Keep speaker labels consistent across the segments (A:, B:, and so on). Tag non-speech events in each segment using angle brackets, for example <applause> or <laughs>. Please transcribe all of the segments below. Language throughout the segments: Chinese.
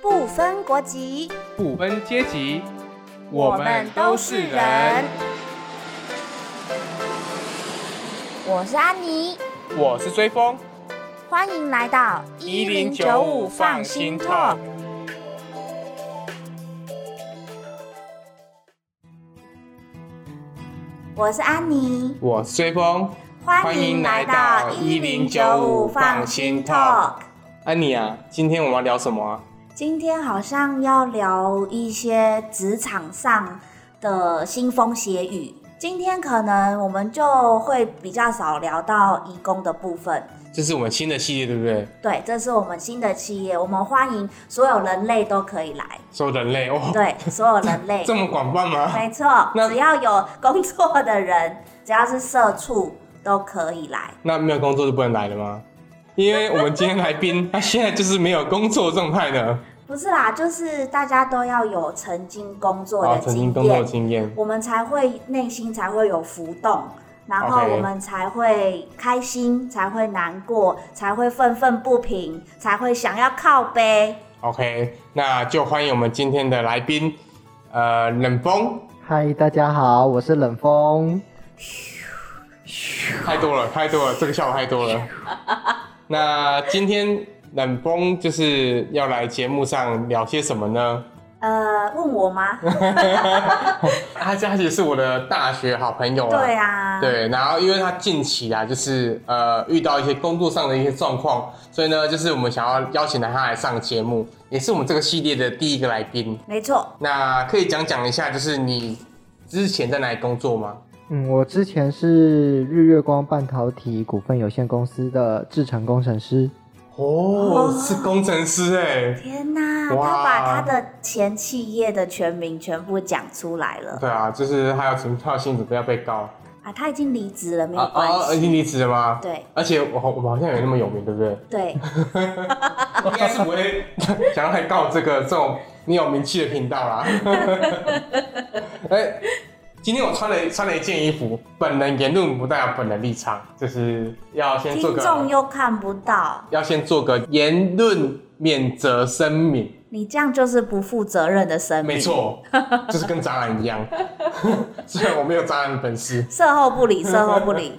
A: 不分国籍，
B: 不分阶级，
A: 我们都是人。我是安妮，
B: 我是追风，
A: 欢迎来到
B: 1095放心 Talk。
A: 我是安妮，
B: 我是追风。
A: 欢迎来到1095放心 Talk。
B: 安妮啊，今天我们要聊什么啊？
A: 今天好像要聊一些职场上的腥风血雨。今天可能我们就会比较少聊到义工的部分。
B: 这是我们新的系列，对不对？
A: 对，这是我们新的企业，我们欢迎所有人类都可以来。
B: 说人类哦，
A: 对，所有人类，
B: <laughs> 这么广泛吗？
A: 没错，
B: 那
A: 只要有工作的人，只要是社畜都可以来。
B: 那没有工作就不能来了吗？因为我们今天来宾， <laughs> 他现在就是没有工作状态呢。
A: 不是啦，就是大家都要有曾经工作
B: 啊，
A: 的
B: 曾
A: 经
B: 经工作
A: 验
B: 的，经验，
A: 我们才会内心才会有浮动，然后
B: OK
A: 我们才会开心，才会难过，才会愤愤不平，才会想要靠背。
B: OK，那就欢迎我们今天的来宾，呃，冷风，
C: 嗨，大家好，我是冷风。
B: 太多了，太多了，这个笑话太多
A: <laughs>
B: 了。那今天冷风就是要来节目上聊些什么呢？
A: 呃，问我
B: <laughs>
A: 吗？
B: 他佳琪是我的大学好朋友啊，
A: 对啊，
B: 对，然后因为他近期啊，就是呃遇到一些工作上的一些状况，所以呢，就是我们想要邀请他来上节目，也是我们这个系列的第一个来宾。
A: 没错，
B: 那可以讲讲一下，就是你之前在哪里工作吗？
C: 嗯，我之前是日月光半导体股份有限公司的制程工程师。
B: 哦，是工程师哎、
A: 天哪，他
B: 哇
A: 把他的前企业的全名全部讲出来了
B: 对啊，就是他要存票性子，不要被告。
A: 啊！他已经离职了，没有
B: 啊
A: 关
B: 啊，已
A: 系。
B: 经离职了吗？。
A: 对
B: 而且我好我们好像有那么有名，对不对？
A: 对，
B: 应该是不会想要来告这个这种你有名气的频道
A: <laughs>
B: 啦。哎、今天我穿了穿了一件衣服，本人言论不代表本人立场，就是要先 <laughs> 做
A: 听众
B: 个
A: 又看不到，
B: 要先做个言论免责声明。
A: 你这样就是不负责任的声明，
B: 没， <laughs> 错，就是跟渣男一样， <laughs> 虽然我没有渣男的本事。
A: 售后不理，售后不
B: <laughs>
A: 理。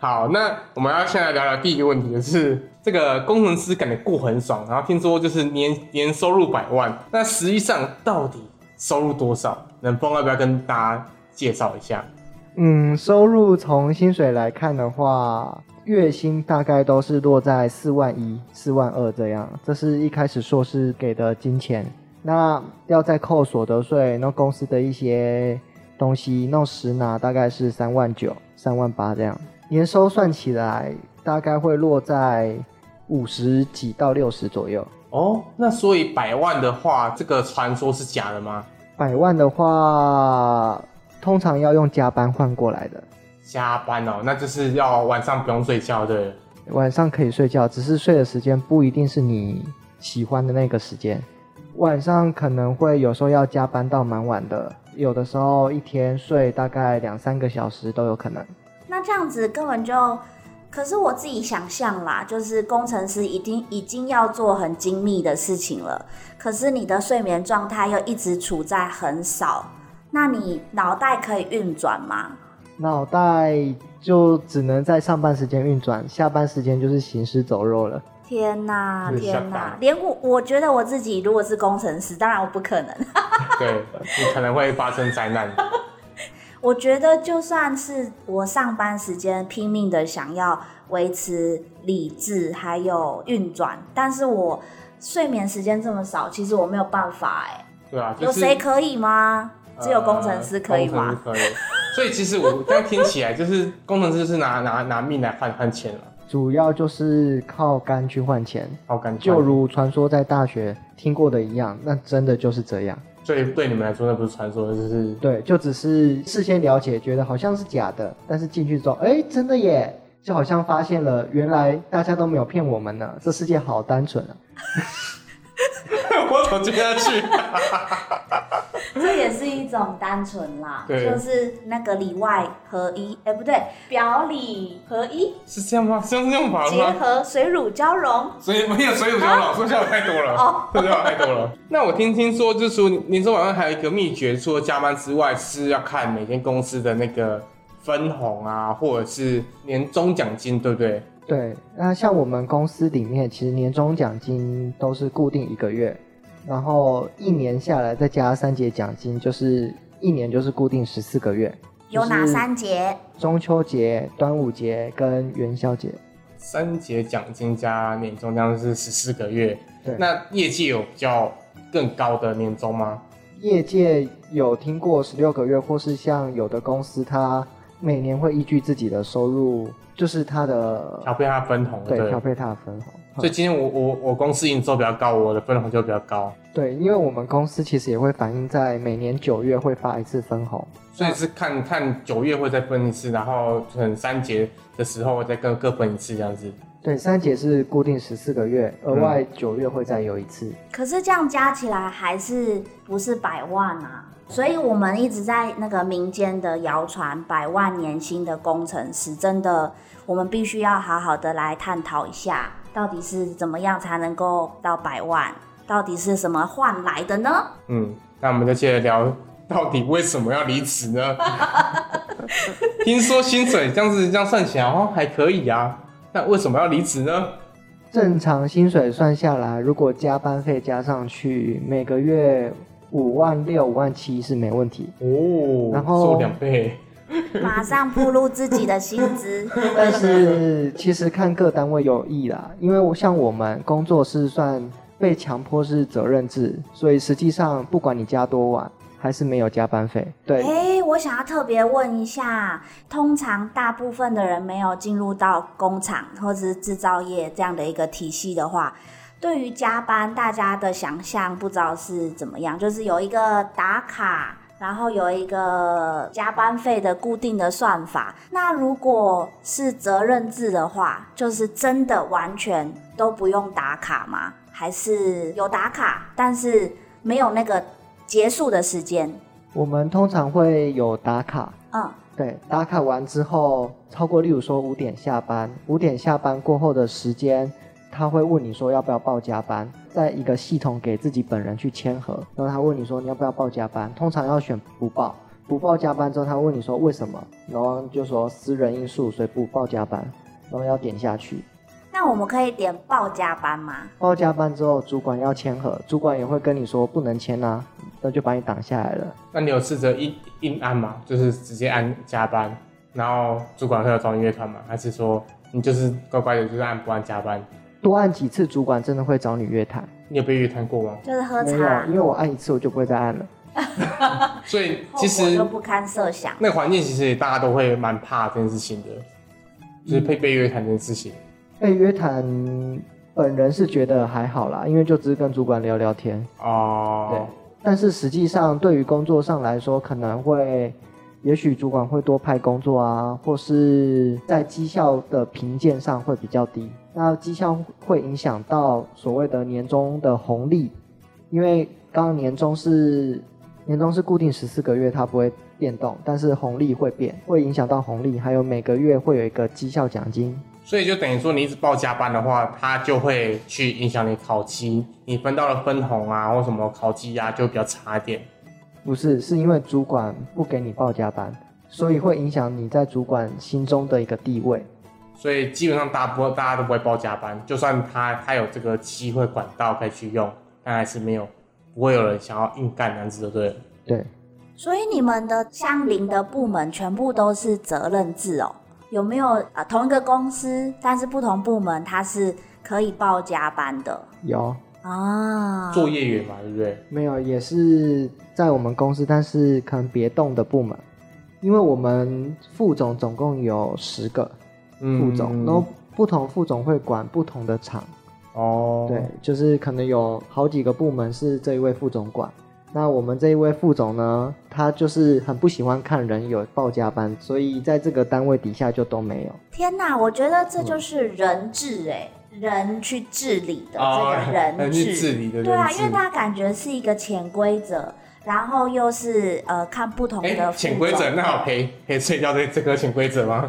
B: 好，那我们要先来聊聊第一个问题，就是这个工程师感觉过很爽，然后听说就是年年收入百万，那实际上到底收入多少？冷峰要不要跟大家介绍一下？
C: 嗯，收入从薪水来看的话，月薪大概都是落在四万一、四万二这样，这是一开始硕士给的金钱。那要再扣所得税，那公司的一些东西弄实拿大概是三万九、三万八这样，年收算起来大概会落在五十几到六十左右。
B: 哦，那所以百万的话，这个传说是假的吗？
C: 百万的话，通常要用加班换过来的，
B: 加班哦，那就是要晚上不用睡觉 <laughs> 的。
C: 晚上可以睡觉，只是睡的时间不一定是你喜欢的那个时间。晚上可能会有时候要加班到蛮晚的，有的时候一天睡大概两三个小时都有可能。
A: 那这样子根本就，可是我自己想象啦，就是工程师一定已经要做很精密的事情了，可是你的睡眠状态又一直处在很少，那你脑袋可以运转吗？
C: 脑袋就只能在上班时间运转，下班时间就是行尸走肉了。
A: 天呐，
B: 就是
A: 天
B: 下
A: 呐
B: 班！
A: 连我，我觉得我自己如果是工程师，当然我不可能。
B: 对，你可能会发生灾难。
A: 我觉得就算是我上班时间拼命的想要维持理智还有运转，但是我睡眠时间这么少，其实我没有办法哎、
B: 对啊，就
A: 有
B: 是
A: 谁可以吗？只有工程师可以
B: 呃
A: 吗？
B: 工程师可以。所以其实我刚听起来就是工程师是拿拿拿命来换换钱了，
C: 主要就是靠肝去换钱，
B: 好感觉。
C: 就如传说在大学听过的一样，那真的就是这样。
B: 所以对你们来说那不是传说， <laughs> 就是
C: 对，就只是事先了解，觉得好像是假的，但是进去之后，哎，真的耶，就好像发现了，原来大家都没有骗我们呢，这世界好单纯啊！
B: 我怎么接下去？
A: 这也是一种单纯啦，
B: 对
A: 就是那个里外合一，哎、不对，表里合一，
B: <laughs> 是这样吗？是用这样法
A: 结
B: 吗？
A: 合水乳交融。
B: 所以没有水乳交融，说笑太多了 <laughs>
A: 哦，
B: 说笑太多了。那我听听说，就是说年终晚会还有一个秘诀，除了加班之外，是要看每间公司的那个分红啊，或者是年终奖金，对不对？
C: 对，那像我们公司里面，其实年终奖金都是固定一个月，然后一年下来再加三节奖金，就是一年就是固定十四个月。
A: 有哪三节？
C: 中秋节、端午节跟元宵节，
B: 三节奖金加年终，这样是十四个月。
C: 对，
B: 那业界有比较更高的年终吗？
C: 业界有听过十六个月，或是像有的公司，它每年会依据自己的收入，就是
B: 调
C: 它的
B: 配它分红，
C: 对
B: 对
C: 调。配它的分红。
B: 所以今天我我我公司营收比较高，我的分红就比较高，
C: 嗯对，因为我们公司其实也会反映在每年九月会发一次分红。
B: 所以是看看九月会再分一次，然后可能三节的时候再各各分一次这样子。
C: 对，三节是固定十四个月，额外九月会再有一次。
A: 可是这样加起来还是不是百万啊？所以我们一直在那个民间的谣传百万年薪的工程师，真的，我们必须要好好的来探讨一下，到底是怎么样才能够到百万？到底是什么换来的呢？
B: 嗯，那我们就接着聊，到底为什么要离职呢？ <laughs> 听说薪水这样子这样算起来哦还可以啊，那为什么要离职呢？
C: 正常薪水算下来，如果加班费加上去，每个月五万六、五万七是没问题。
B: 哦，
C: 然后
B: 收两倍，
A: 马上铺露自己的薪资，
C: 但是其实看各单位有益啦，因为我像我们工作是算被强迫是责任制，所以实际上不管你加多晚，还是没有加班费。对，
A: 哎、我想要特别问一下，通常大部分的人没有进入到工厂或者是制造业这样的一个体系的话，对于加班，大家的想象不知道是怎么样，就是有一个打卡。然后有一个加班费的固定的算法，那如果是责任制的话，就是真的完全都不用打卡吗？还是有打卡，但是没有那个结束的时间？
C: 我们通常会有打卡，
A: 嗯，
C: 对，打卡完之后，超过例如说五点下班，五点下班过后的时间，他会问你说要不要报加班，在一个系统给自己本人去签合，然后他问你说你要不要报加班，通常要选不报。不报加班之后，他问你说为什么，然后就说私人因素，所以不报加班，然后要点下去。
A: 那我们可以点报加班吗？
C: 报加班之后，主管要签合，主管也会跟你说不能签啊，那就把你挡下来了。
B: 那你有试着硬硬按吗？就是直接按加班，然后主管会有找你约谈吗？还是说你就是乖乖的，就是按不按加班？
C: 多按几次，主管真的会找你约谈。
B: 你有被约谈过吗？
A: 就是喝
C: 没有，
A: 茶
C: 因，为我按一次，我就不会再按了。
B: 所以
A: 后
B: 其
A: 果
B: 实
A: 就不堪设想。
B: 那个环境其实也大家都会蛮怕这件事情的，
C: 嗯
B: 就是被被约谈这件事情。
C: 被哎约谈，本人是觉得还好啦，因为就只是跟主管聊聊天。对
B: 哦，，
C: 但是实际上对于工作上来说，可能会，也许主管会多派工作啊，或是在绩效的评鉴上会比较低。那绩效会影响到所谓的年终的红利，因为刚刚年终是年终是固定十四个月，它不会变动，但是红利会变，会影响到红利，还有每个月会有一个绩效奖金。
B: 所以就等于说你一直报加班的话，它就会去影响你考绩，你分到了分红啊或什么考绩啊就会比较差一点。
C: 不是，是因为主管不给你报加班，所以会影响你在主管心中的一个地位。
B: 所以基本上大部分大家都不会报加班，就算他他有这个机会管道可以去用，但还是没有，不会有人想要硬干这样子，对不对了？
A: 啊
C: 对，
A: 所以你们的相邻的部门全部都是责任制哦？有没有呃同一个公司，但是不同部门它是可以报加班的
C: 有
A: 啊？
B: 作业员嘛，对不对？
C: 没有也是在我们公司，但是可能别动的部门，因为我们副总总共有十个
B: 嗯
C: 副总，然后不同副总会管不同的厂。
B: 哦，
C: 对，就是可能有好几个部门是这一位副总管。那我们这一位副总呢，他就是很不喜欢看人有报加班，所以在这个单位底下就都没有。
A: 天哪，我觉得这就是人质哎、人去治理的
B: 哦
A: 这个人
B: 去
A: 治
B: 治理嗯的人
A: 对啊，
B: 治
A: 因为他感觉是一个潜规则，然后又是呃看不同
B: 哎
A: 的
B: 潜
A: 副
B: 规则，
A: 总
B: 那好陪陪睡觉这这个潜规
A: <laughs>
B: 则吗？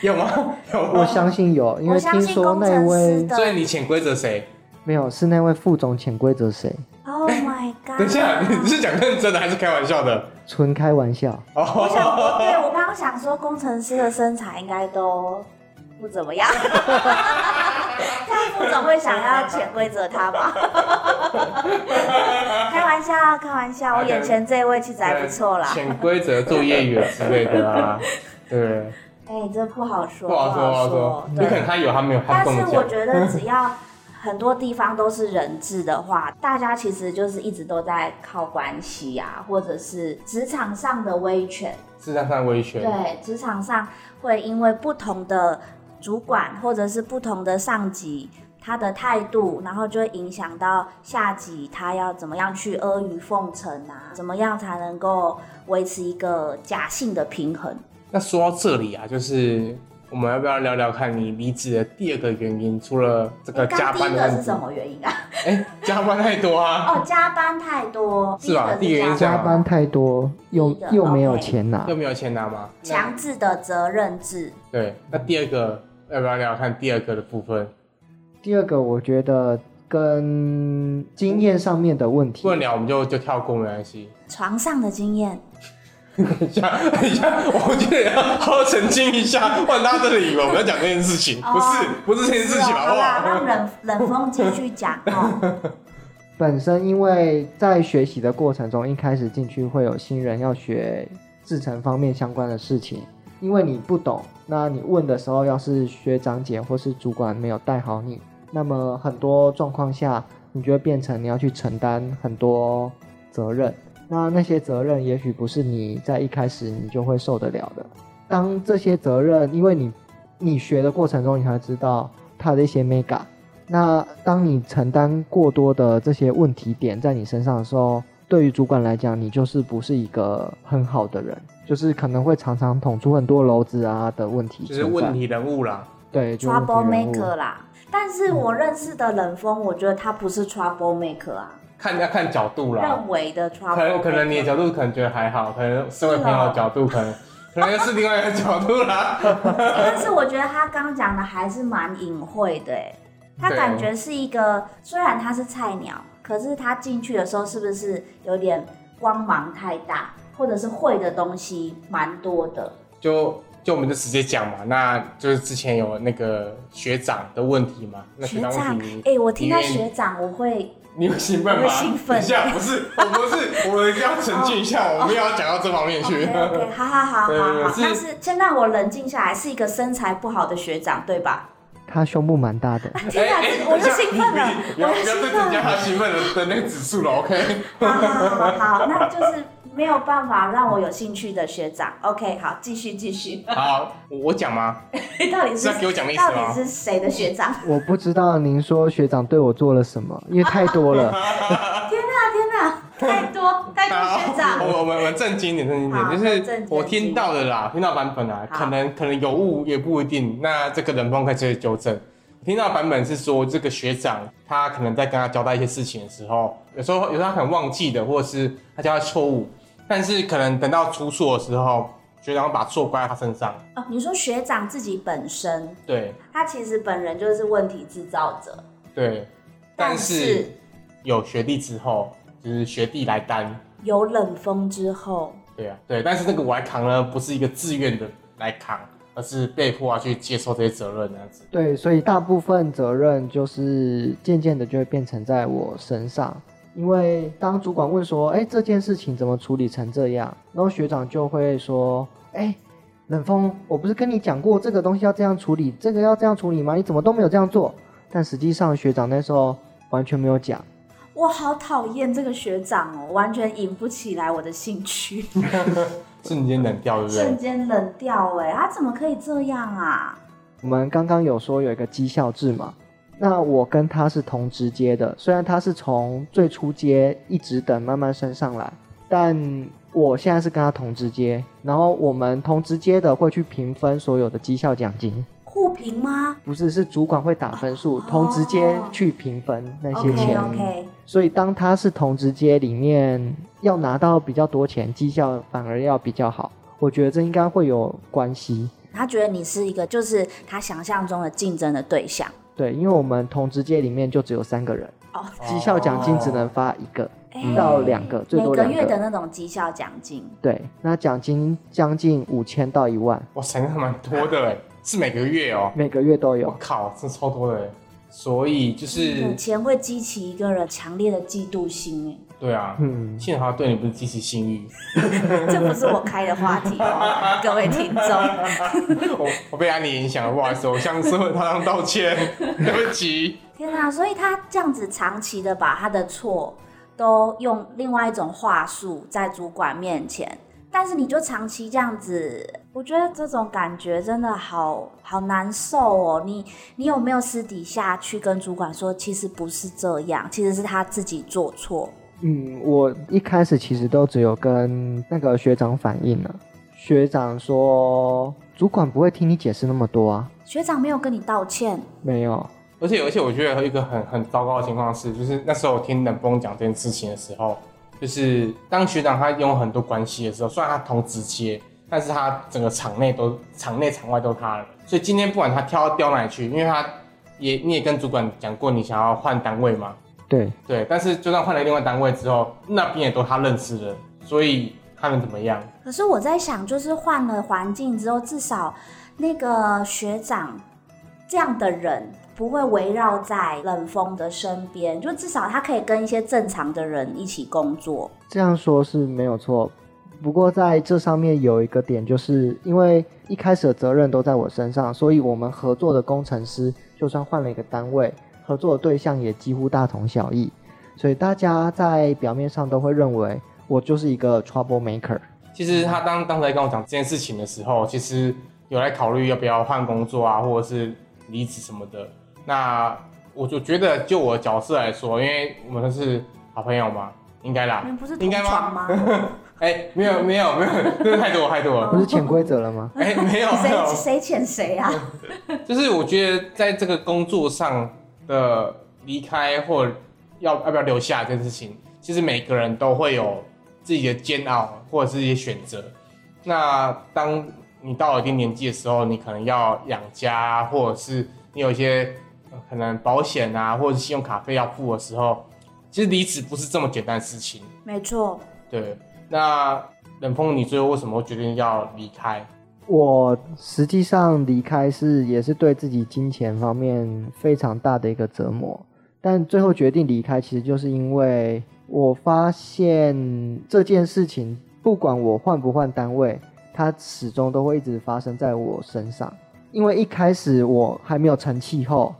B: 有吗？有
C: 我
B: 吗？
C: 相信有，因
A: 嗯我
C: 为
A: 相
C: 听
A: 信
C: 说
A: 工
C: 那
A: 程师
C: 位
A: 的
B: 所以你潜规则谁？
C: 没有是那位副总潜规则谁？
B: <laughs>
A: Oh my god！
B: 等一下，你是讲认真的还是开玩笑的？
C: 纯开玩笑，
A: 我想
B: 哦， <laughs>
A: 说，对我刚刚想说，工程师的身材应该都不怎么样， <laughs> 看副总会想要潜规则他吧？ <laughs> 开玩笑，开玩笑，我眼前这位其实还不错啦。
B: 潜规则作业员之类
A: <laughs>
B: 的啊，对不对？
A: 哎，这不好说，
B: 不好说，不好说，有可
A: 对
B: 能，他有，他没有，
A: 但
B: 他不跟
A: 是
B: 我
A: 我
B: 讲。
A: 觉得只要。很多地方都是人治的话，大家其实就是一直都在靠关系啊，或者是职场上的威权。
B: 是在犯威权，
A: 对，职场上会因为不同的主管或者是不同的上级，他的态度，然后就会影响到下级，他要怎么样去阿谀奉承啊，怎么样才能够维持一个假性的平衡？
B: 那说到这里啊，就是我们要不要聊聊看你离职的第二个原因？除了这个
A: 诶
B: 呃加
A: 刚第
B: 班
A: 一
B: 的
A: 个
B: 问
A: 是
B: 题
A: 什，么原因啊？
B: 哎、加班太多啊，
A: 哦，加班太多，
B: <laughs> 是吧
A: 第一个
B: 第一个
A: 是
B: 影响
A: 加
C: 加班
A: 班，
C: 太多又
A: 是的
C: 又没有
A: OK
C: 钱拿
B: 又，没有钱拿嘛。那
A: 强制的责任制，
B: 对，那
A: 嗯
B: 第二个要不要聊聊看第二个的部分？
C: 第二个，我觉得跟经验上面的问题
B: 不，能聊我们就就跳过没关系。 <laughs>
A: 床上的经验。
B: 等一下，等一下，我觉得要好好澄清一下，不然大家真的以为我们要讲这件事情，
A: 哦
B: 不是，不是这件事情，
A: 啊好
B: 好不
A: 啦，
B: 好？
A: 让冷冷风继续讲哦。
C: 本身因为在学习的过程中，一开始进去会有新人要学制程方面相关的事情，因为你不懂，那你问的时候，要是学长姐或是主管没有带好你，那么很多状况下，你就会变成你要去承担很多责任。那那些责任也许不是你在一开始你就会受得了的。当这些责任，因为你你学的过程中，你才知道它的一些 mega。那当你承担过多的这些问题点在你身上的时候，对于主管来讲，你就是不是一个很好的人，就是可能会常常捅出很多篓子啊的问题
B: <laughs> 就
C: 存
B: 是
C: 在。
B: 问题人物啦，
C: 对，就是问题
A: trouble
C: 人物
A: maker 啦。但是我认识的冷风，我觉得他不是 trouble maker 啊，
B: 看要看角度啦。
A: 认为的 trouble
B: 可
A: maker。
B: 能可能你的角度可能觉得还好，可能身为
A: 是哦
B: 朋友的角度可能可能又是另外一个角度
A: <laughs>
B: 啦。
A: 但是我觉得他刚讲的还是蛮隐晦的、欸，他
B: 对
A: 感觉是一个，虽然他是菜鸟，可是他进去的时候是不是有点光芒太大，或者是会的东西蛮多的？
B: 就就我们就直接讲嘛，那就是之前有那个学长的问题嘛，那学
A: 学
B: 长
A: 长
B: 问题，
A: 哎、我听到
B: 你愿意
A: 学长，我会
B: 你有兴奋
A: 我
B: 吗？
A: 会兴奋哦
B: 等一下不是，我不是，我要澄清
A: <laughs>
B: 一下，我没有要讲到这方面去。
A: OK
B: <laughs>
A: OK，好好好好
B: 对对对
A: 好。
B: 是
A: 但是现在我冷静下来，是一个身材不好的学长，对吧？
C: 他胸部蛮大的，
A: 天
B: 哎
A: 哪，这我又兴奋了，
B: 不
A: 我又
B: 要不要再
A: 兴
B: 增
A: 奋
B: 加
A: 了。
B: 他兴奋的的那个指数了，OK？
A: 好好好好好，那就是没有办法让我有兴趣的学长。OK，好，继续继
B: <laughs>
A: 续。
B: 好，我我讲吗？
A: 到底
B: 是
A: 是
B: 要给我讲的啊意思
A: 到
B: 吗
A: 底是谁的学长？
C: 我不知道您说学长对我做了什么，因为太多了。
A: 天哪天哪，太
B: <laughs>
A: 多 <laughs> 太多学
B: 好
A: 长。
B: 我我们我们正经一点，正经一
A: 好
B: 点，就
A: 正经
B: 是我听到的啦，听到版本啊，
A: 好
B: 可能可能有误也不一定。那这个冷风可以直接纠正。听到的版本是说，这个学长他可能在跟他交代一些事情的时候，有时候有时候他可能忘记的，或者是他交代错误，但是可能等到出错的时候，学长会把错怪在他身上。
A: 哦，你说学长自己本身，
B: 对
A: 他其实本人就是问题制造者，
B: 对，但
A: 但
B: 是
A: 是
B: 有学弟之后，就是学弟来担，
A: 有冷风之后，
B: 对啊，对，但是那个我来扛呢，不是一个自愿的来扛，而是被迫要去接受这些责任那样子。
C: 对，所以大部分责任就是渐渐的就会变成在我身上，因为当主管问说：“哎，这件事情怎么处理成这样？”然后学长就会说：“哎，冷风，我不是跟你讲过这个东西要这样处理，这个要这样处理吗？你怎么都没有这样做？”但实际上学长那时候完全没有讲，
A: 我好讨厌这个学长哦，完全引不起来我的兴趣，
B: 瞬间冷掉，对不对
A: 瞬？间冷掉哎、他怎么可以这样啊？
C: 我们刚刚有说有一个绩效制嘛，那我跟他是同职阶的，虽然他是从最初阶一直等慢慢升上来，但我现在是跟他同职阶，然后我们同职阶的会去平分所有的绩效奖金，
A: 互评吗
C: 不是，是主管会打分数，同职阶去评分那些
A: ？OK
C: 钱。
A: OK，
C: 所以当他是同职阶里面要拿到比较多钱，绩效反而要比较好。我觉得这应该会有关系。
A: 他觉得你是一个就是他想象中的竞争的对象。
C: 对，因为我们同职阶里面就只有三个人，
A: 哦，
C: 绩效奖金只能发一个
A: 哎
C: 嗯到两个，最
A: 每
C: 多
A: 个
C: 两
A: 月的那种绩效奖金，
C: 对，那奖金将近五千到一万，
B: 哇塞，那蛮多的哎，是每个月哦、
C: 每个月都
B: 我
C: <laughs> 有。
B: 靠，这超多的哎。所以就是
A: 有钱会激起一个人强烈的嫉妒心，
B: 对啊，
C: 嗯，
B: 幸好对你不是激起心意，
A: 哎，这不是我开的话题哦，各位听众。
B: <laughs> 我我被安妮影响了，不好意思，我向社会大众道歉，对不起。
A: 天啊！所以他这样子长期的把他的错都用另外一种话术在主管面前，但是你就长期这样子，我觉得这种感觉真的好好难受哦。你你有没有私底下去跟主管说，其实不是这样，其实是他自己做错？
C: 嗯，我一开始其实都只有跟那个学长反映了，学长说主管不会听你解释那么多啊，
A: 学长没有跟你道歉，
C: 没有，
B: 而且而且，我觉得有一个很很糟糕的情况是，就是那时候我听冷风讲这件事情的时候，就是当学长他拥有很多关系的时候，虽然他同直接，但是他整个场内都场内场外都他了。所以今天不管他跳到刁哪里去，因为他也你也跟主管讲过你想要换单位嘛，
C: 对，
B: 对。但是就算换了另外单位之后，那边也都他认识的，所以他能怎么样？
A: 可是我在想，就是换了环境之后，至少那个学长这样的人不会围绕在冷风的身边，就至少他可以跟一些正常的人一起工作。
C: 这样说是没有错。不过在这上面有一个点，就是因为一开始的责任都在我身上，所以我们合作的工程师就算换了一个单位，合作的对象也几乎大同小异，所以大家在表面上都会认为我就是一个 trouble maker。
B: 其实他当刚才跟我讲这件事情的时候，其实有来考虑要不要换工作啊，或者是离职什么的。那我就觉得，就我的角色来说，因为我们是好朋友嘛，应该啦
A: 你。们不是
B: 应
A: 同
B: 该
A: 床
B: 吗
A: 吗？
B: 哎、没有没有没有，这是害得我害得我。
C: 不是潜规则了吗？
B: 哎、没有没
A: 谁
B: 有，
A: 谁欠谁啊？
B: 就是我觉得在这个工作上的离开或要要不要留下这件事情，其实每个人都会有自己的煎熬或者是一些选择。那当你到了一定年纪的时候，你可能要养家啊，或者是你有一些呃可能保险啊，或者是信用卡费要付的时候，其实离职不是这么简单的事情。
A: 没错，
B: 对，那冷风，你最后为什么会决定要离开？
C: 我实际上离开是也是对自己金钱方面非常大的一个折磨，但最后决定离开，其实就是因为我发现这件事情，不管我换不换单位，它始终都会一直发生在我身上。因为一开始我还没有成气候，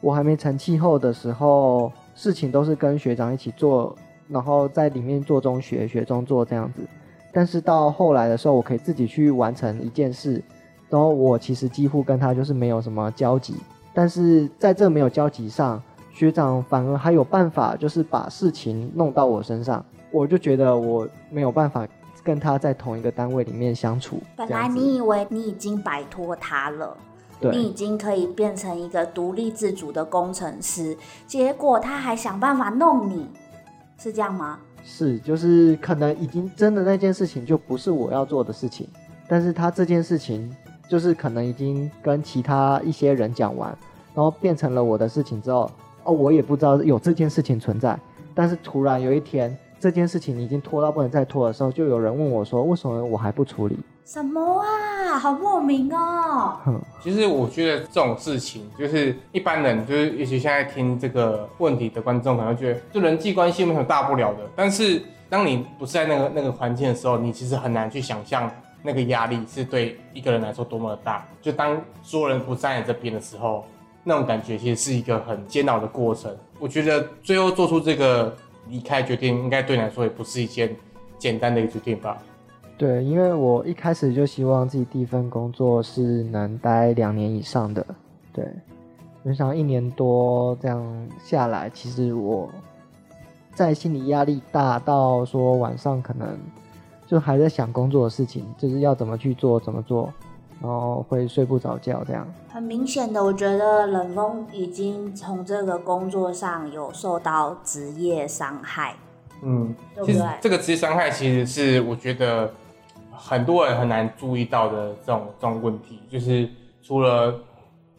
C: 我还没成气候的时候，事情都是跟学长一起做，然后在里面做中学，学中做这样子。但是到后来的时候，我可以自己去完成一件事，然后我其实几乎跟他就是没有什么交集。但是在这没有交集上，学长反而还有办法，就是把事情弄到我身上，我就觉得我没有办法跟他在同一个单位里面相处。
A: 本
C: 这
A: 来
C: 样子
A: 你以为你已经摆脱他了。你
C: 对
A: 已经可以变成一个独立自主的工程师，结果他还想办法弄你，是这样吗？
C: 是就是可能已经真的那件事情就不是我要做的事情，但是他这件事情就是可能已经跟其他一些人讲完，然后变成了我的事情之后，哦，我也不知道有这件事情存在，但是突然有一天这件事情已经拖到不能再拖的时候，就有人问我说，为什么我还不处理？
A: 什么啊，好莫名哦！
C: 哼，
B: 其实我觉得这种事情，就是一般人，就是也许现在听这个问题的观众，可能会觉得就人际关系没有大不了的。但是当你不是在那个那个环境的时候，你其实很难去想象那个压力是对一个人来说多么的大。就当所有人不在你这边的时候，那种感觉其实是一个很煎熬的过程。我觉得最后做出这个离开决定，应该对你来说也不是一件简单的一个决定吧。
C: 对，因为我一开始就希望自己第一份工作是能待两年以上的，对，没想到一年多这样下来，其实我在心理压力大到说晚上可能就还在想工作的事情，就是要怎么去做，怎么做，然后会睡不着觉这样。
A: 很明显的，我觉得冷风已经从这个工作上有受到职业伤害，
B: 嗯，
A: 对不
B: 其实
A: 对？
B: 这个职业伤害其实是我觉得很多人很难注意到的这种这种问题，就是除了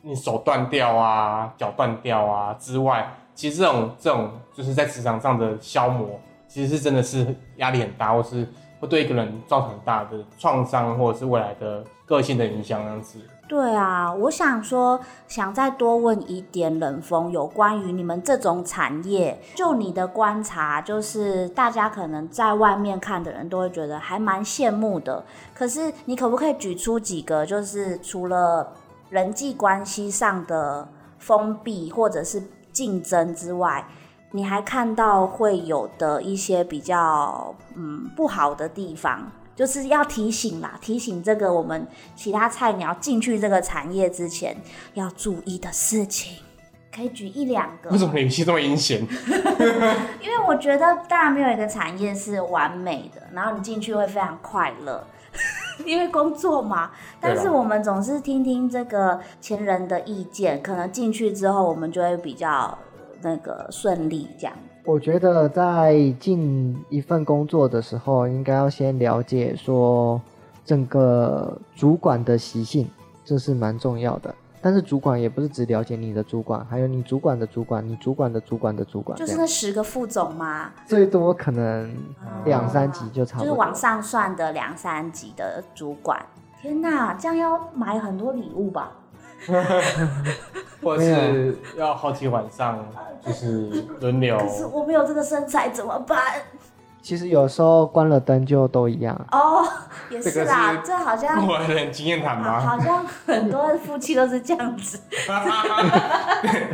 B: 你手断掉啊、脚断掉啊之外，其实这种这种就是在职场上的消磨，其实是真的是压力很大，或是会对一个人造成很大的创伤，或者是未来的个性的影响这样子。
A: 对啊，我想说，想再多问一点冷风有关于你们这种产业，就你的观察，就是大家可能在外面看的人都会觉得还蛮羡慕的。可是你可不可以举出几个，就是除了人际关系上的封闭或者是竞争之外，你还看到会有的一些比较嗯不好的地方？就是要提醒啦，提醒这个我们其他菜鸟进去这个产业之前要注意的事情，可以举一两个
B: 为。什么语气这么阴险？
A: 因为我觉得，当然没有一个产业是完美的，然后你进去会非常快乐， <laughs> 因为工作嘛。
B: 对啦
A: 但是我们总是听听这个前人的意见，可能进去之后我们就会比较呃那个顺利这样。
C: 我觉得在进一份工作的时候，应该要先了解说整个主管的习性，这是蛮重要的。但是主管也不是只了解你的主管，还有你主管的主管，你主管的主管的主管，
A: 就
C: 这
A: 是
C: 样
A: 那十个副总嘛，
C: 最多可能两三级就
A: 就
C: 差不
A: 是
C: 多。
A: 往上算的两三级的主管。天哪，这样要买很多礼物吧？
B: 或者是要好几晚上就是轮流？
A: 可是我没有这个身材怎么办？
C: 其实有时候关了灯就都一样。
A: 哦，也是啦，
B: 这个是
A: 这好像
B: <laughs> 过来人经验谈
A: 好
B: 吗？
A: 好像很多夫妻都是这样子。
B: 艾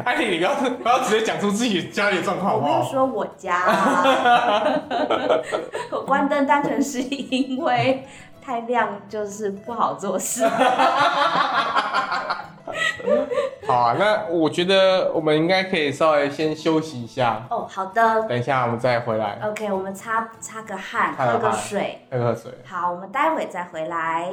B: 哎莉，你不要不要直接讲出自己家里的状况好
A: 我
B: 不
A: 没有
B: 好？
A: 说我家、
B: <laughs>
A: 啊，我关灯单纯是因为太亮，就是不好做事。
B: 好啊，那我觉得我们应该可以稍微先休息一下，
A: 哦，好的
B: 等一下我们再回来
A: ，OK，我们擦擦个汗，
B: 擦个
A: 喝个
B: 汗
A: 水。
B: 喝喝水。
A: 好，我们待会再回来。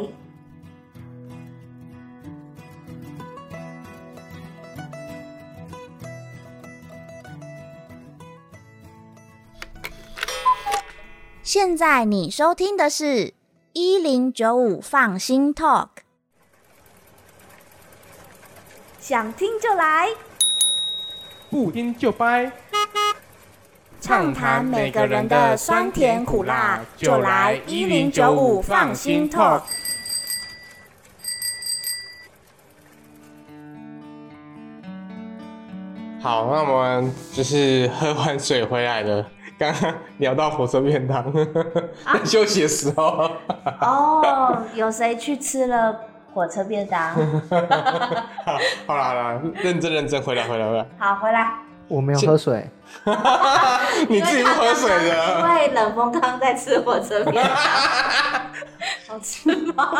A: 现在你收听的是一零九五放心 Talk，想听就来，
B: 不听就掰，
A: 畅谈每个人的酸甜苦辣，就来一零九五放心 Talk。
B: 好，那我们就是喝完水回来了。 <laughs> 刚刚聊到火车便当，在 <laughs> 休息的时候， <laughs>
A: 哦，有谁去吃了火车便
B: <laughs>
A: 当？
B: 好好啦好啦，认真认真回来回来回来， <laughs>
A: 好，回来。
C: 我没有喝水，
B: 你自己不喝水的。
A: 因为冷风刚刚在吃火车便
B: <laughs>
A: 当，好吃吗？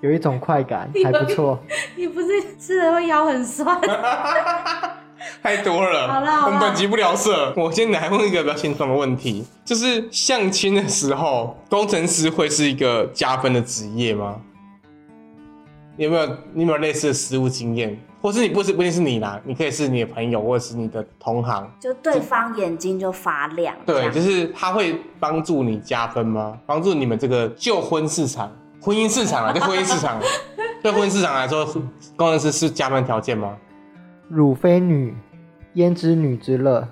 C: 有一种快感，还不错。 <laughs>
A: 你不是吃了会腰很
B: <laughs>
A: 酸？
B: 太多了，
A: 好啦好啦
B: 我们本集不聊色。我先来问一个比较轻松的问题，就是相亲的时候，工程师会是一个加分的职业吗？你有没有你有没有类似的实务经验？或是你不是不一定是你啦，你可以是你的朋友或者是你的同行。
A: 就对方眼睛就发亮，这
B: 对，
A: 样
B: 就是他会帮助你加分吗？帮助你们这个旧婚市场、婚姻市场啊，对婚姻市场，
A: <laughs>
B: 对婚姻市场来说，工程师是加分条件吗？ <laughs>
C: 汝非女，焉知女之乐？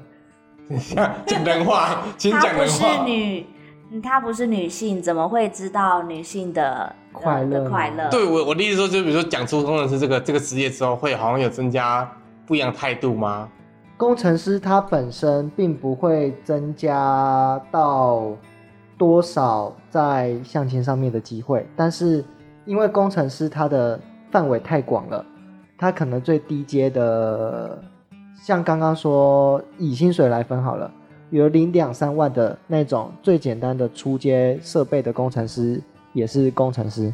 B: 讲人话，请
A: 她
B: 讲
A: 不
B: 人
A: 是
B: 话。
A: 女，嗯她不是女性，怎么会知道女性的的
C: 快乐
A: 的快乐？
B: 对我我的意思说，就比如说讲出工程师这个这个职业之后，会好像有增加不一样态度吗？
C: 工程师他本身并不会增加到多少在相亲上面的机会，但是因为工程师他的范围太广了，他可能最低阶的，像刚刚说以薪水来分好了，有领两三万的那种最简单的初阶设备的工程师也是工程师，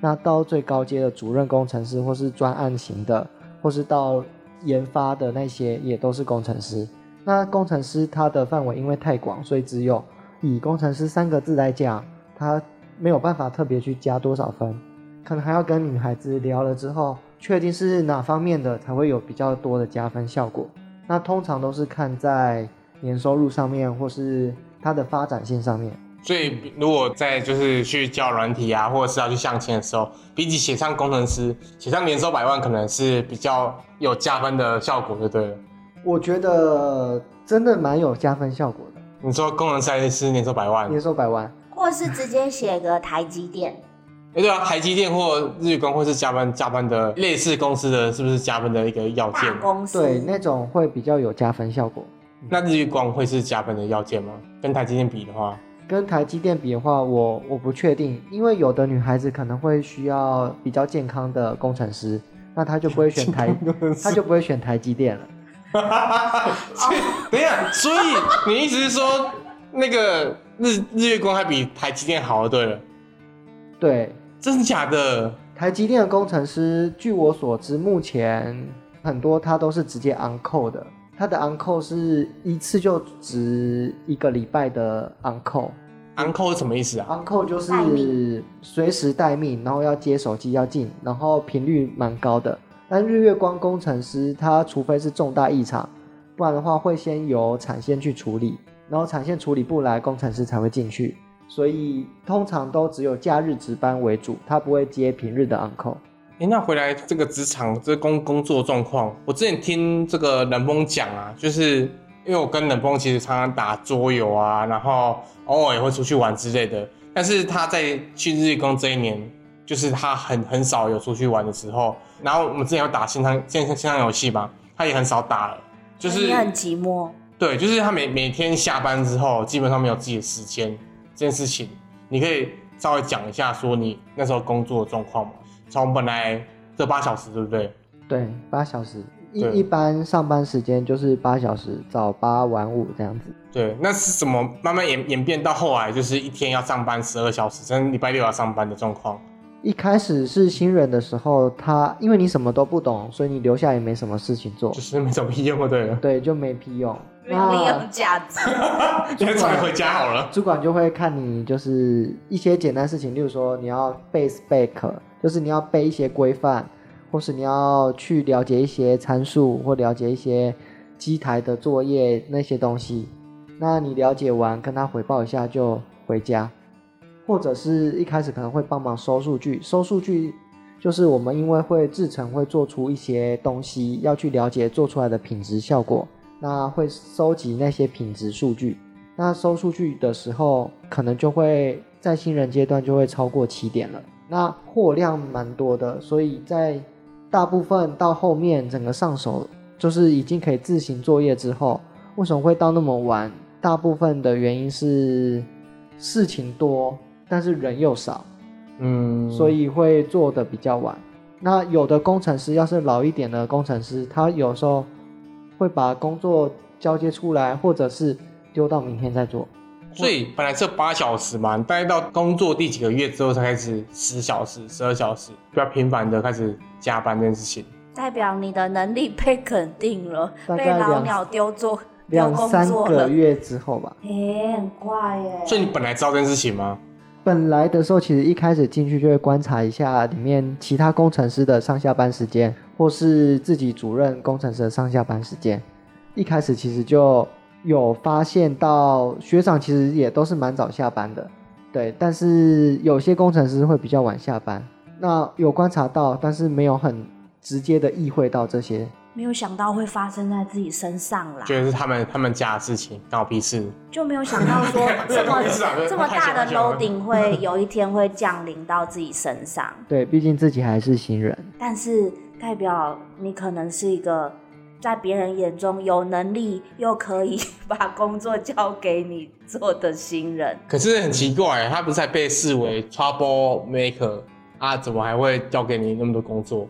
C: 那到最高阶的主任工程师或是专案型的，或是到研发的那些也都是工程师。那工程师他的范围因为太广，所以只有以工程师三个字来讲，他没有办法特别去加多少分。可能还要跟女孩子聊了之后，确定是哪方面的才会有比较多的加分效果。那通常都是看在年收入上面，或是它的发展性上面。
B: 所以如果在就是去教软体啊，或者是要去相亲的时候，比起写上工程师，写上年收百万可能是比较有加分的效果，就对了。
C: 我觉得真的蛮有加分效果的，
B: 你说工程师还是年收百万？
C: 年收百万。
A: 或是直接写个台积电，
B: 哎，对啊，台积电或日工或是加班加班的类似公司的，是不是加班的一个要件
A: 大？公司
C: 对，那种会比较有加分效果。
B: 那日月光会是加班的要件吗？跟台积电比的话，
C: 跟台积电比的话，我我不确定，因为有的女孩子可能会需要比较健康的工程师，那她就不会选台，她就不会选台积电了。
B: 所以等一下，所以你意思是说，那个日日月光还比台积电好？对了，
C: 对，
B: 真的假的？
C: 台积电的工程师，据我所知，目前很多他都是直接 on call 的，他的 on call 是一次就值一个礼拜的 on call，on
B: 昂扣是什么意思啊？
C: call 就
A: 待
C: 是
A: 命
C: 随时待命，然后要接手机要进，然后频率蛮高的。但日月光工程师，他除非是重大异常，不然的话会先由产线去处理，然后产线处理不来，工程师才会进去。所以通常都只有假日值班为主，他不会接平日的 on call。
B: 哎，那回来这个职场这工工作状况，我之前听这个冷风讲啊，就是因为我跟冷风其实常常打桌游啊，然后偶尔也会出去玩之类的。但是他在去日工这一年，就是他很很少有出去玩的时候，然后我们之前有打线上线上线上游戏嘛，他也很少打了，就是
A: 哎你很寂
C: 啊
A: 寞，
B: 对，就是他每每天下班之后，基本上没有自己的时间这件事情，你可以稍微讲一下，说你那时候工作的状况吗？从本来这八小时，对不对？
C: 对，八小时。一
B: 对
C: 一般上班时间就是八小时，早八晚五这样子。
B: 对，那是怎么慢慢演演变到后来，就是一天要上班十二小时，甚至礼拜六要上班的状况？
C: 一开始是新人的时候，他因为你什么都不懂，所以你留下也没什么事情做
B: 就，是没什么屁用，就对了， <laughs>
C: 对，就没屁用。
A: 没有啊利用
C: 那
A: 价值。
B: 你就早点回家好了。嗯
C: 主管就会看你就是一些简单事情，例如说你要背 spec，就是你要背一些规范，或是你要去了解一些参数，或了解一些机台的作业那些东西。那你了解完，跟他汇报一下就回家，或者是一开始可能会帮忙收数据。收数据就是我们因为会制成会做出一些东西，要去了解做出来的品质效果，那会收集那些品质数据。那收数据的时候，可能就会在新人阶段就会超过起点了。那货量蛮多的，所以在大部分到后面整个上手就是已经可以自行作业之后，为什么会到那么晚？大部分的原因是事情多，但是人又少，
B: 嗯，
C: 所以会做的比较晚。那有的工程师，要是老一点的工程师，他有时候会把工作交接出来，或者是丢到明天再做。
B: 所以本来这八小时嘛，你大概到工作第几个月之后才开始十小时、十二小时，比较频繁的开始加班这件事情。
A: 代表你的能力被肯定了，
C: 大概
A: 被老
C: 两
A: 鸟丢做丢
C: 两
A: 工
C: 三
A: 作
C: 个
A: 了。
C: 月之后吧。
A: 哎、很快耶！
B: 所以你本来知道这件事情吗？
C: 本来的时候，其实一开始进去就会观察一下里面其他工程师的上下班时间，或是自己主任工程师的上下班时间。一开始其实就有发现到学长其实也都是蛮早下班的，对，但是有些工程师会比较晚下班。那有观察到，但是没有很直接的意会到这些。
A: 没有想到会发生在自己身上啦，
B: 觉得是他们他们家的事情，干我屁事。
A: 就没有想到 <laughs> 说这么
B: 没事啊
A: 这么大的
B: 太小了
A: loading 会有一天会降临到自己身上。
C: 对，毕竟自己还是新人。
A: 但是代表你可能是一个在别人眼中有能力又可以把工作交给你做的新人。
B: 可是很奇怪，他不是还被视为 trouble maker 啊？怎么还会交给你那么多工作？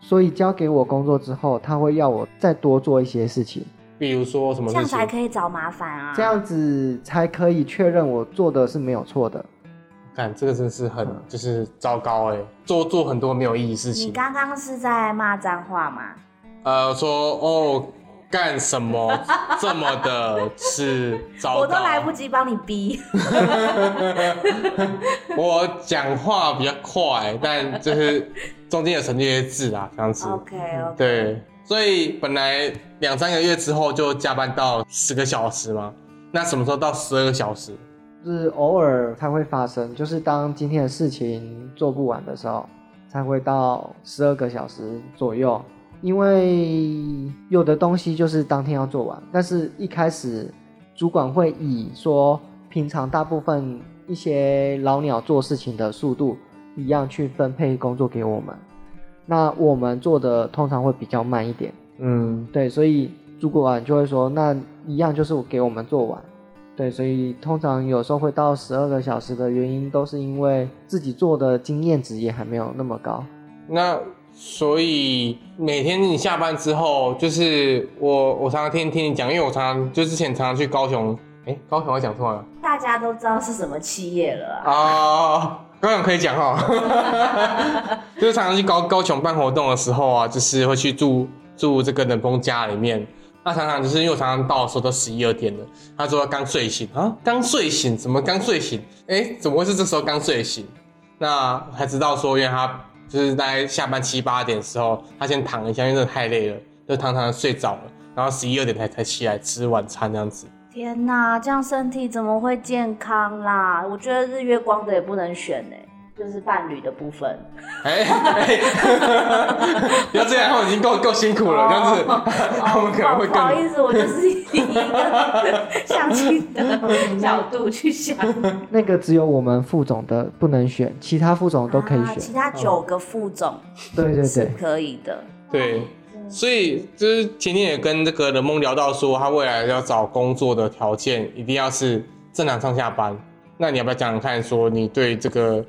C: 所以交给我工作之后，他会要我再多做一些事情，
B: 比如说什么
A: 这
B: 事
A: 样才
B: 情？
A: 可以找麻烦啊！
C: 这样子才可以确认我做的是没有错的。
B: 看这个真是很就是糟糕哎、做做很多没有意义的事
A: 你
B: 情。
A: 刚刚是在骂脏话吗？
B: 呃，说哦，干
A: <laughs>
B: 什么这么的是糟糕？
A: 我都来不及帮你
B: <laughs>
A: 逼。
B: 我讲话比较快，但就是中间有沉淀一些字啊，这样子。
A: OK OK，
B: 对，所以本来两三个月之后就加班到十个小时嘛，那什么时候到十二个小时？
C: 就是偶尔才会发生，就是当今天的事情做不完的时候，才会到十二个小时左右。因为有的东西就是当天要做完，但是一开始主管会以说平常大部分一些老鸟做事情的速度一样去分配工作给我们，那我们做的通常会比较慢一点。
B: 嗯，
C: 对，所以主管就会说，那一样就是给我们做完。对，所以通常有时候会到十二个小时的原因，都是因为自己做的经验值也还没有那么高。
B: 那所以每天你下班之后，就是我我常常听听你讲，因为我常常就之前常常去高雄，哎、高雄我讲错了
A: 大家都知道是什么企业了啊、
B: 啊、高雄可以讲哦，就是常常去高高雄办活动的时候啊，就是会去住住这个冷风家里面。那常常就是因为我常常到的时候都十一二点了，他说刚睡醒啊，刚睡醒，怎么刚睡醒？哎、怎么会是这时候刚睡醒？那才知道说，原来他就是大概下班七八点的时候，他先躺一下，因为真的太累了，就躺躺地睡着了，然后十一二点才才起来吃晚餐这样子。
A: 天哪，这样身体怎么会健康啦？我觉得日月光的也不能选呢、就是伴侣的部分。
B: 哎、哎不要这样，他们已经够够辛苦了，这样子， <laughs> 他们可能会
A: 哦不好
B: 更
A: 意思，我就是以一个相亲的 <laughs> 角度去
C: <laughs>
A: 想，
C: 那个只有我们副总的不能选，其他副总都可以
A: 啊其
C: 选。
A: 他九个副总
C: 对对
A: 是
C: 对，
A: 可以的。
B: 对。所以就是前天也跟这个人梦聊到说，他未来要找工作的条件一定要是正常上下班。那你要不要讲讲看，说你对这个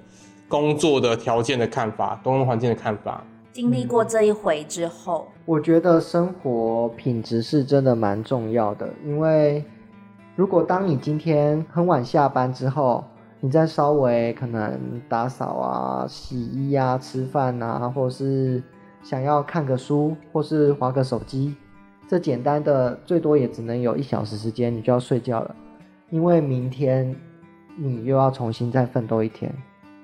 B: 工作的条件的看法，工作环境的看法？
A: 经历过这一回之后，
C: 我觉得生活品质是真的蛮重要的，因为如果当你今天很晚下班之后，你再稍微可能打扫啊、洗衣啊、吃饭啊，或是想要看个书，或是划个手机，这简单的最多也只能有一小时时间，你就要睡觉了，因为明天你又要重新再奋斗一天。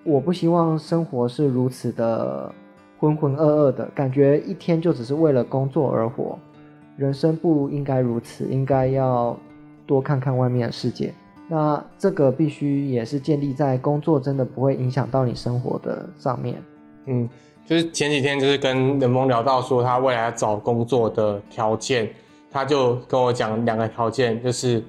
C: 我不希望生活是如此的浑浑噩噩的，感觉一天就只是为了工作而活。人生不应该如此，应该要多看看外面的世界。那这个必须也是建立在工作真的不会影响到你生活的上面。
B: 嗯，就是前几天就是跟人梦聊到说，他未来找工作的条件，他就跟我讲两个条件，就是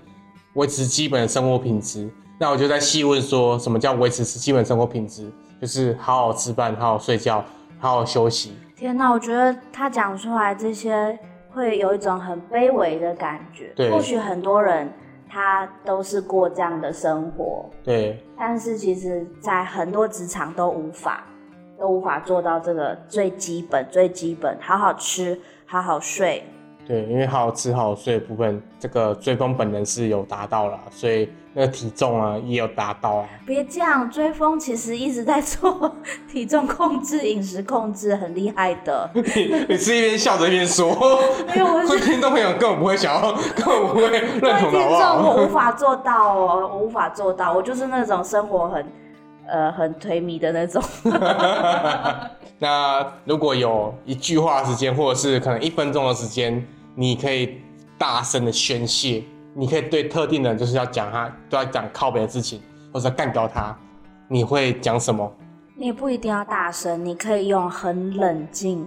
B: 维持基本的生活品质。那我就在细问说什么叫维持基本生活品质，就是好好吃饭，好好睡觉，好好休息。
A: 天哪，我觉得他讲出来这些，会有一种很卑微的感觉。
B: 对
A: 或许很多人他都是过这样的生活，
B: 对，
A: 但是其实，在很多职场都无法，都无法做到这个最基本、最基本，好好吃，好好睡。
B: 对，因为好好吃好好睡的部分，这个追风本人是有达到了，所以那个体重啊也有达到啊。 <laughs>
A: 别这样，追风其实一直在做 <laughs> 体重控制、饮食控制，很厉害的。
B: 你你是一边笑着一边说，
A: 因为 <laughs> 我
B: 所以
A: 是
B: 听众朋友根本不会想要，根本不会认
A: 对听
B: 同的，好不
A: 众，
B: 好？
A: 我无法做到哦， <laughs> 我无法做到，我就是那种生活很，呃，很颓靡的那种。
B: <laughs> 那如果有一句话的时间，或者是可能一分钟的时间，你可以大声的宣泄，你可以对特定的人就是要讲他，都要讲靠北的事情，或者要干掉他，你会讲什么？
A: <laughs> 你也不一定要大声，你可以用很冷静、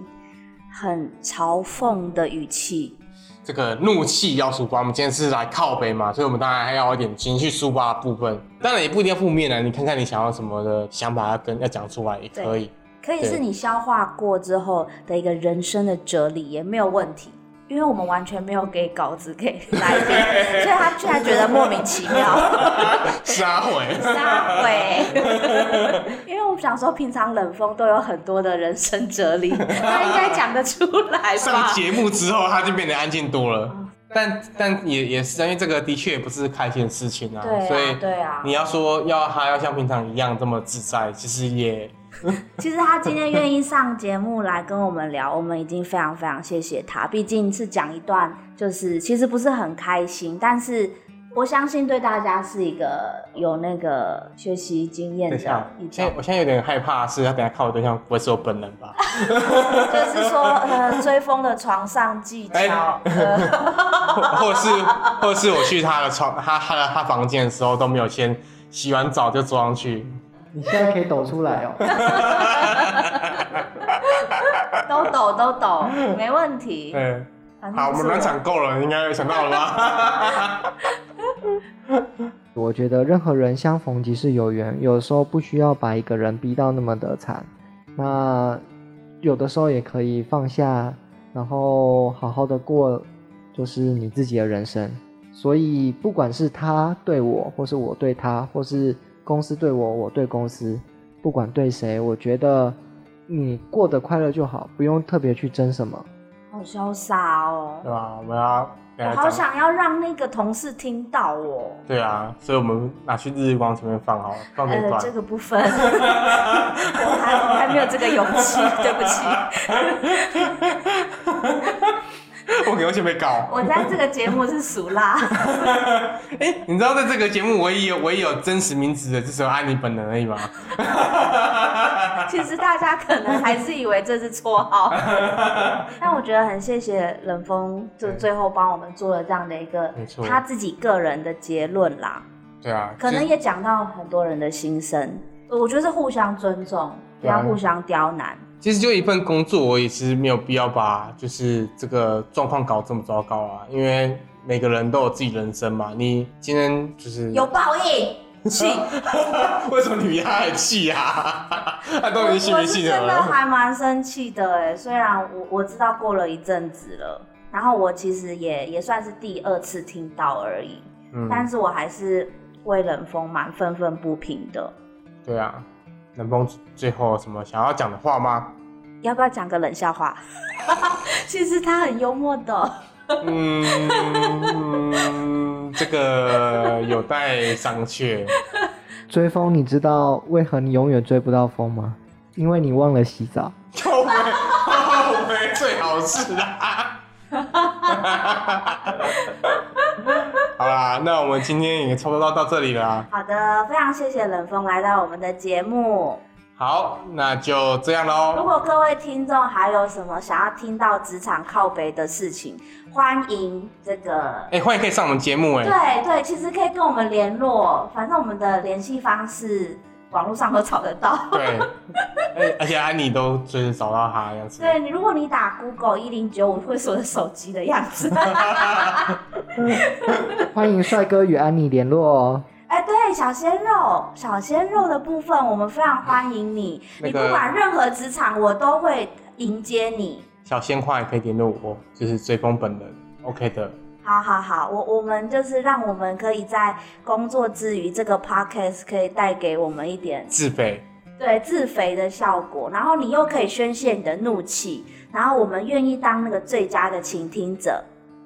A: 很嘲讽的语气。
B: 这个怒气要抒发。我们今天是来靠北嘛，所以我们当然还要有一点情绪抒发的部分。当然也不一定要负面啊，你看看你想要什么的想法要跟要讲出来也可以。
A: 可以
B: 对
A: 是你消化过之后的一个人生的哲理，也没有问题。因为我们完全没有给稿子给来宾，
B: <laughs>
A: 所以他居然觉得莫名其妙，
B: 撒谎。
A: 撒鬼！ <laughs> 因为我想说，平常冷风都有很多的人生哲理，他应该讲得出来
B: 上
A: 吧？
B: 节目之后，他就变得安静多了。
A: 嗯
B: 但但也也是，因为这个的确也不是开心的事情啊，
A: 对
B: 所以
A: 啊，对啊，
B: 你要说要他要像平常一样这么自在，其实也
A: 其实他今天愿意上节目来跟我们聊，我们已经非常非常谢谢他。毕竟是讲一段，就是其实不是很开心，但是我相信对大家是一个有那个学习经验
B: 等一下
A: 的一，
B: 现在
A: 种，
B: 我现在有点害怕，是他等一下看我对象不会是我本人吧？ <laughs>
A: 就是说呃追风的床上技巧
B: 哎。
A: 呃
B: 或或是或是我去他的床，他他的他房间的时候都没有先洗完澡就坐上去，
C: 你现在可以抖出来哦。
A: 都懂都懂，没问题。
B: 对。
A: 反正
B: 好，我
A: 不
B: 们
A: 嗯是啊
B: 暖场够了，应该想到了
A: <laughs>
B: 吧？
C: 我觉得任何人相逢即是有缘，有时候不需要把一个人逼到那么的惨，那有的时候也可以放下，然后好好的过，就是你自己的人生。所以不管是他对我，或是我对他，或是公司对我，我对公司，不管对谁，我觉得你过得快乐就好，不用特别去争什么。
A: 好潇洒哦
B: 对，吧？我们要
A: 我
B: 等一下
A: 好
B: 讲
A: 想要让那个同事听到哦。
B: 对啊，所以我们拿去日光前面放好了，放这一
A: 呃，
B: 段。
A: 这个部分 <laughs> 我还我还没有这个勇气，对不起。
B: 我给我前面搞。
A: 我在这个节目是属辣，
B: 哎、你知道在这个节目唯一有唯一有真实名字的，就只有安妮本人而已吗？
A: 其实大家可能还是以为这是绰
B: <laughs>
A: 号，但我觉得很谢谢冷风，就
B: 对
A: 最后帮我们做了这样的一个
B: 没错
A: 他自己个人的结论啦，
B: 对啊，
A: 可能
B: 就是
A: 也讲到很多人的心声。我觉得是互相尊重，不
B: 对啊
A: 要互相刁难。
B: 其实就一份工作，我也是没有必要把就是这个状况搞这么糟糕啊，因为每个人都有自己人生嘛。你今天就是
A: 有报应，请。
B: <laughs> 为什么你压很气啊？他都已
A: 我
B: 经信
A: 我
B: 不
A: 是
B: 信
A: 真的
B: 了？
A: 还蛮生气的哎，虽然我我知道过了一阵子了，然后我其实也也算是第二次听到而已，
B: 嗯
A: 但是我还是为冷风蛮愤愤不平的。
B: 对啊，能峰最后有什么想要讲的话吗？
A: 要不要讲个冷笑话？ <laughs> 其实他很幽默的，
B: 嗯， <laughs> 嗯这个有待商榷。
C: 追风，你知道为何你永远追不到风吗？因为你忘了洗澡。
B: 后悔，后悔最好是啊啦。 <laughs> 好啦，那我们今天也差不多到这里啦。
A: 好的，非常谢谢冷风来到我们的节目。
B: 好，那就这样
A: 如
B: 喽。
A: 果各位听众还有什么想要听到职场靠北的事情，欢迎这个
B: 哎、欢迎可以上我们节目哎、
A: 对对，其实可以跟我们联络，反正我们的联系方式网络上都找得到。 <laughs>
B: 对，哎而而且安妮都就是找到他的样子。
A: 对你，如果你打 Google 一零九五，会是我的手机的样
B: <laughs>
A: 子。
C: 欢迎帅哥与安妮联络哦。
A: 哎，对，小鲜肉，小鲜肉的部分，我们非常欢迎你。
B: 那
A: 你
B: 个
A: 不管任何职场，我都会迎接你。
B: 小鲜花也可以联络我，就是追风本人，OK 的。
A: 好好好，我我们就是让我们可以在工作之余，这个 podcast 可以带给我们一点
B: 自卑，
A: 对自肥的效果，然后你又可以宣泄你的怒气，然后我们愿意当那个最佳的倾听者。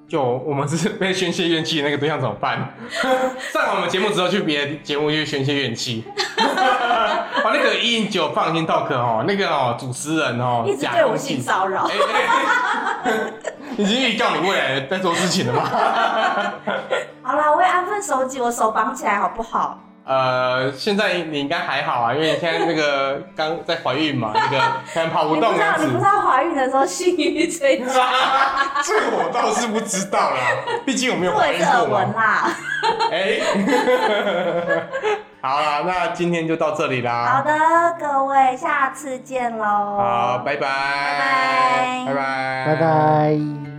B: 就我们是被宣泄怨气的那个对象怎么办？ <laughs> 上完我们节目之后去别的节目去宣泄怨气。哦，那个一零九放心 talk 哦，那个哦主持人哦，
A: 一直
B: 假
A: 对我
B: 公济
A: 性骚扰
B: 哎，哎 <laughs> 哎已经预告你未来在做事情了吗？
A: 好啦，我也安分守己，我手绑起来好不好？
B: 呃，现在你应该还好啊，因为你现在那个刚在怀孕嘛，那个可能跑不
A: 你不
B: 动
A: 知道
B: 这样
A: 你
B: 子
A: 不知。道怀孕的时候性欲最强，
B: <laughs> 这个我倒是不知道啦，毕竟我没有
A: 我
B: 怀
A: 也
B: 孕
A: 是耳
B: 过
A: 闻
B: 嘛。
A: 啦。
B: 哎、 <laughs> 好啦，那今天就到这里
A: 好
B: 啦。
A: 的，各位，下次见喽。
B: 好，拜拜，
A: 拜拜
B: 拜拜，
C: 拜。拜。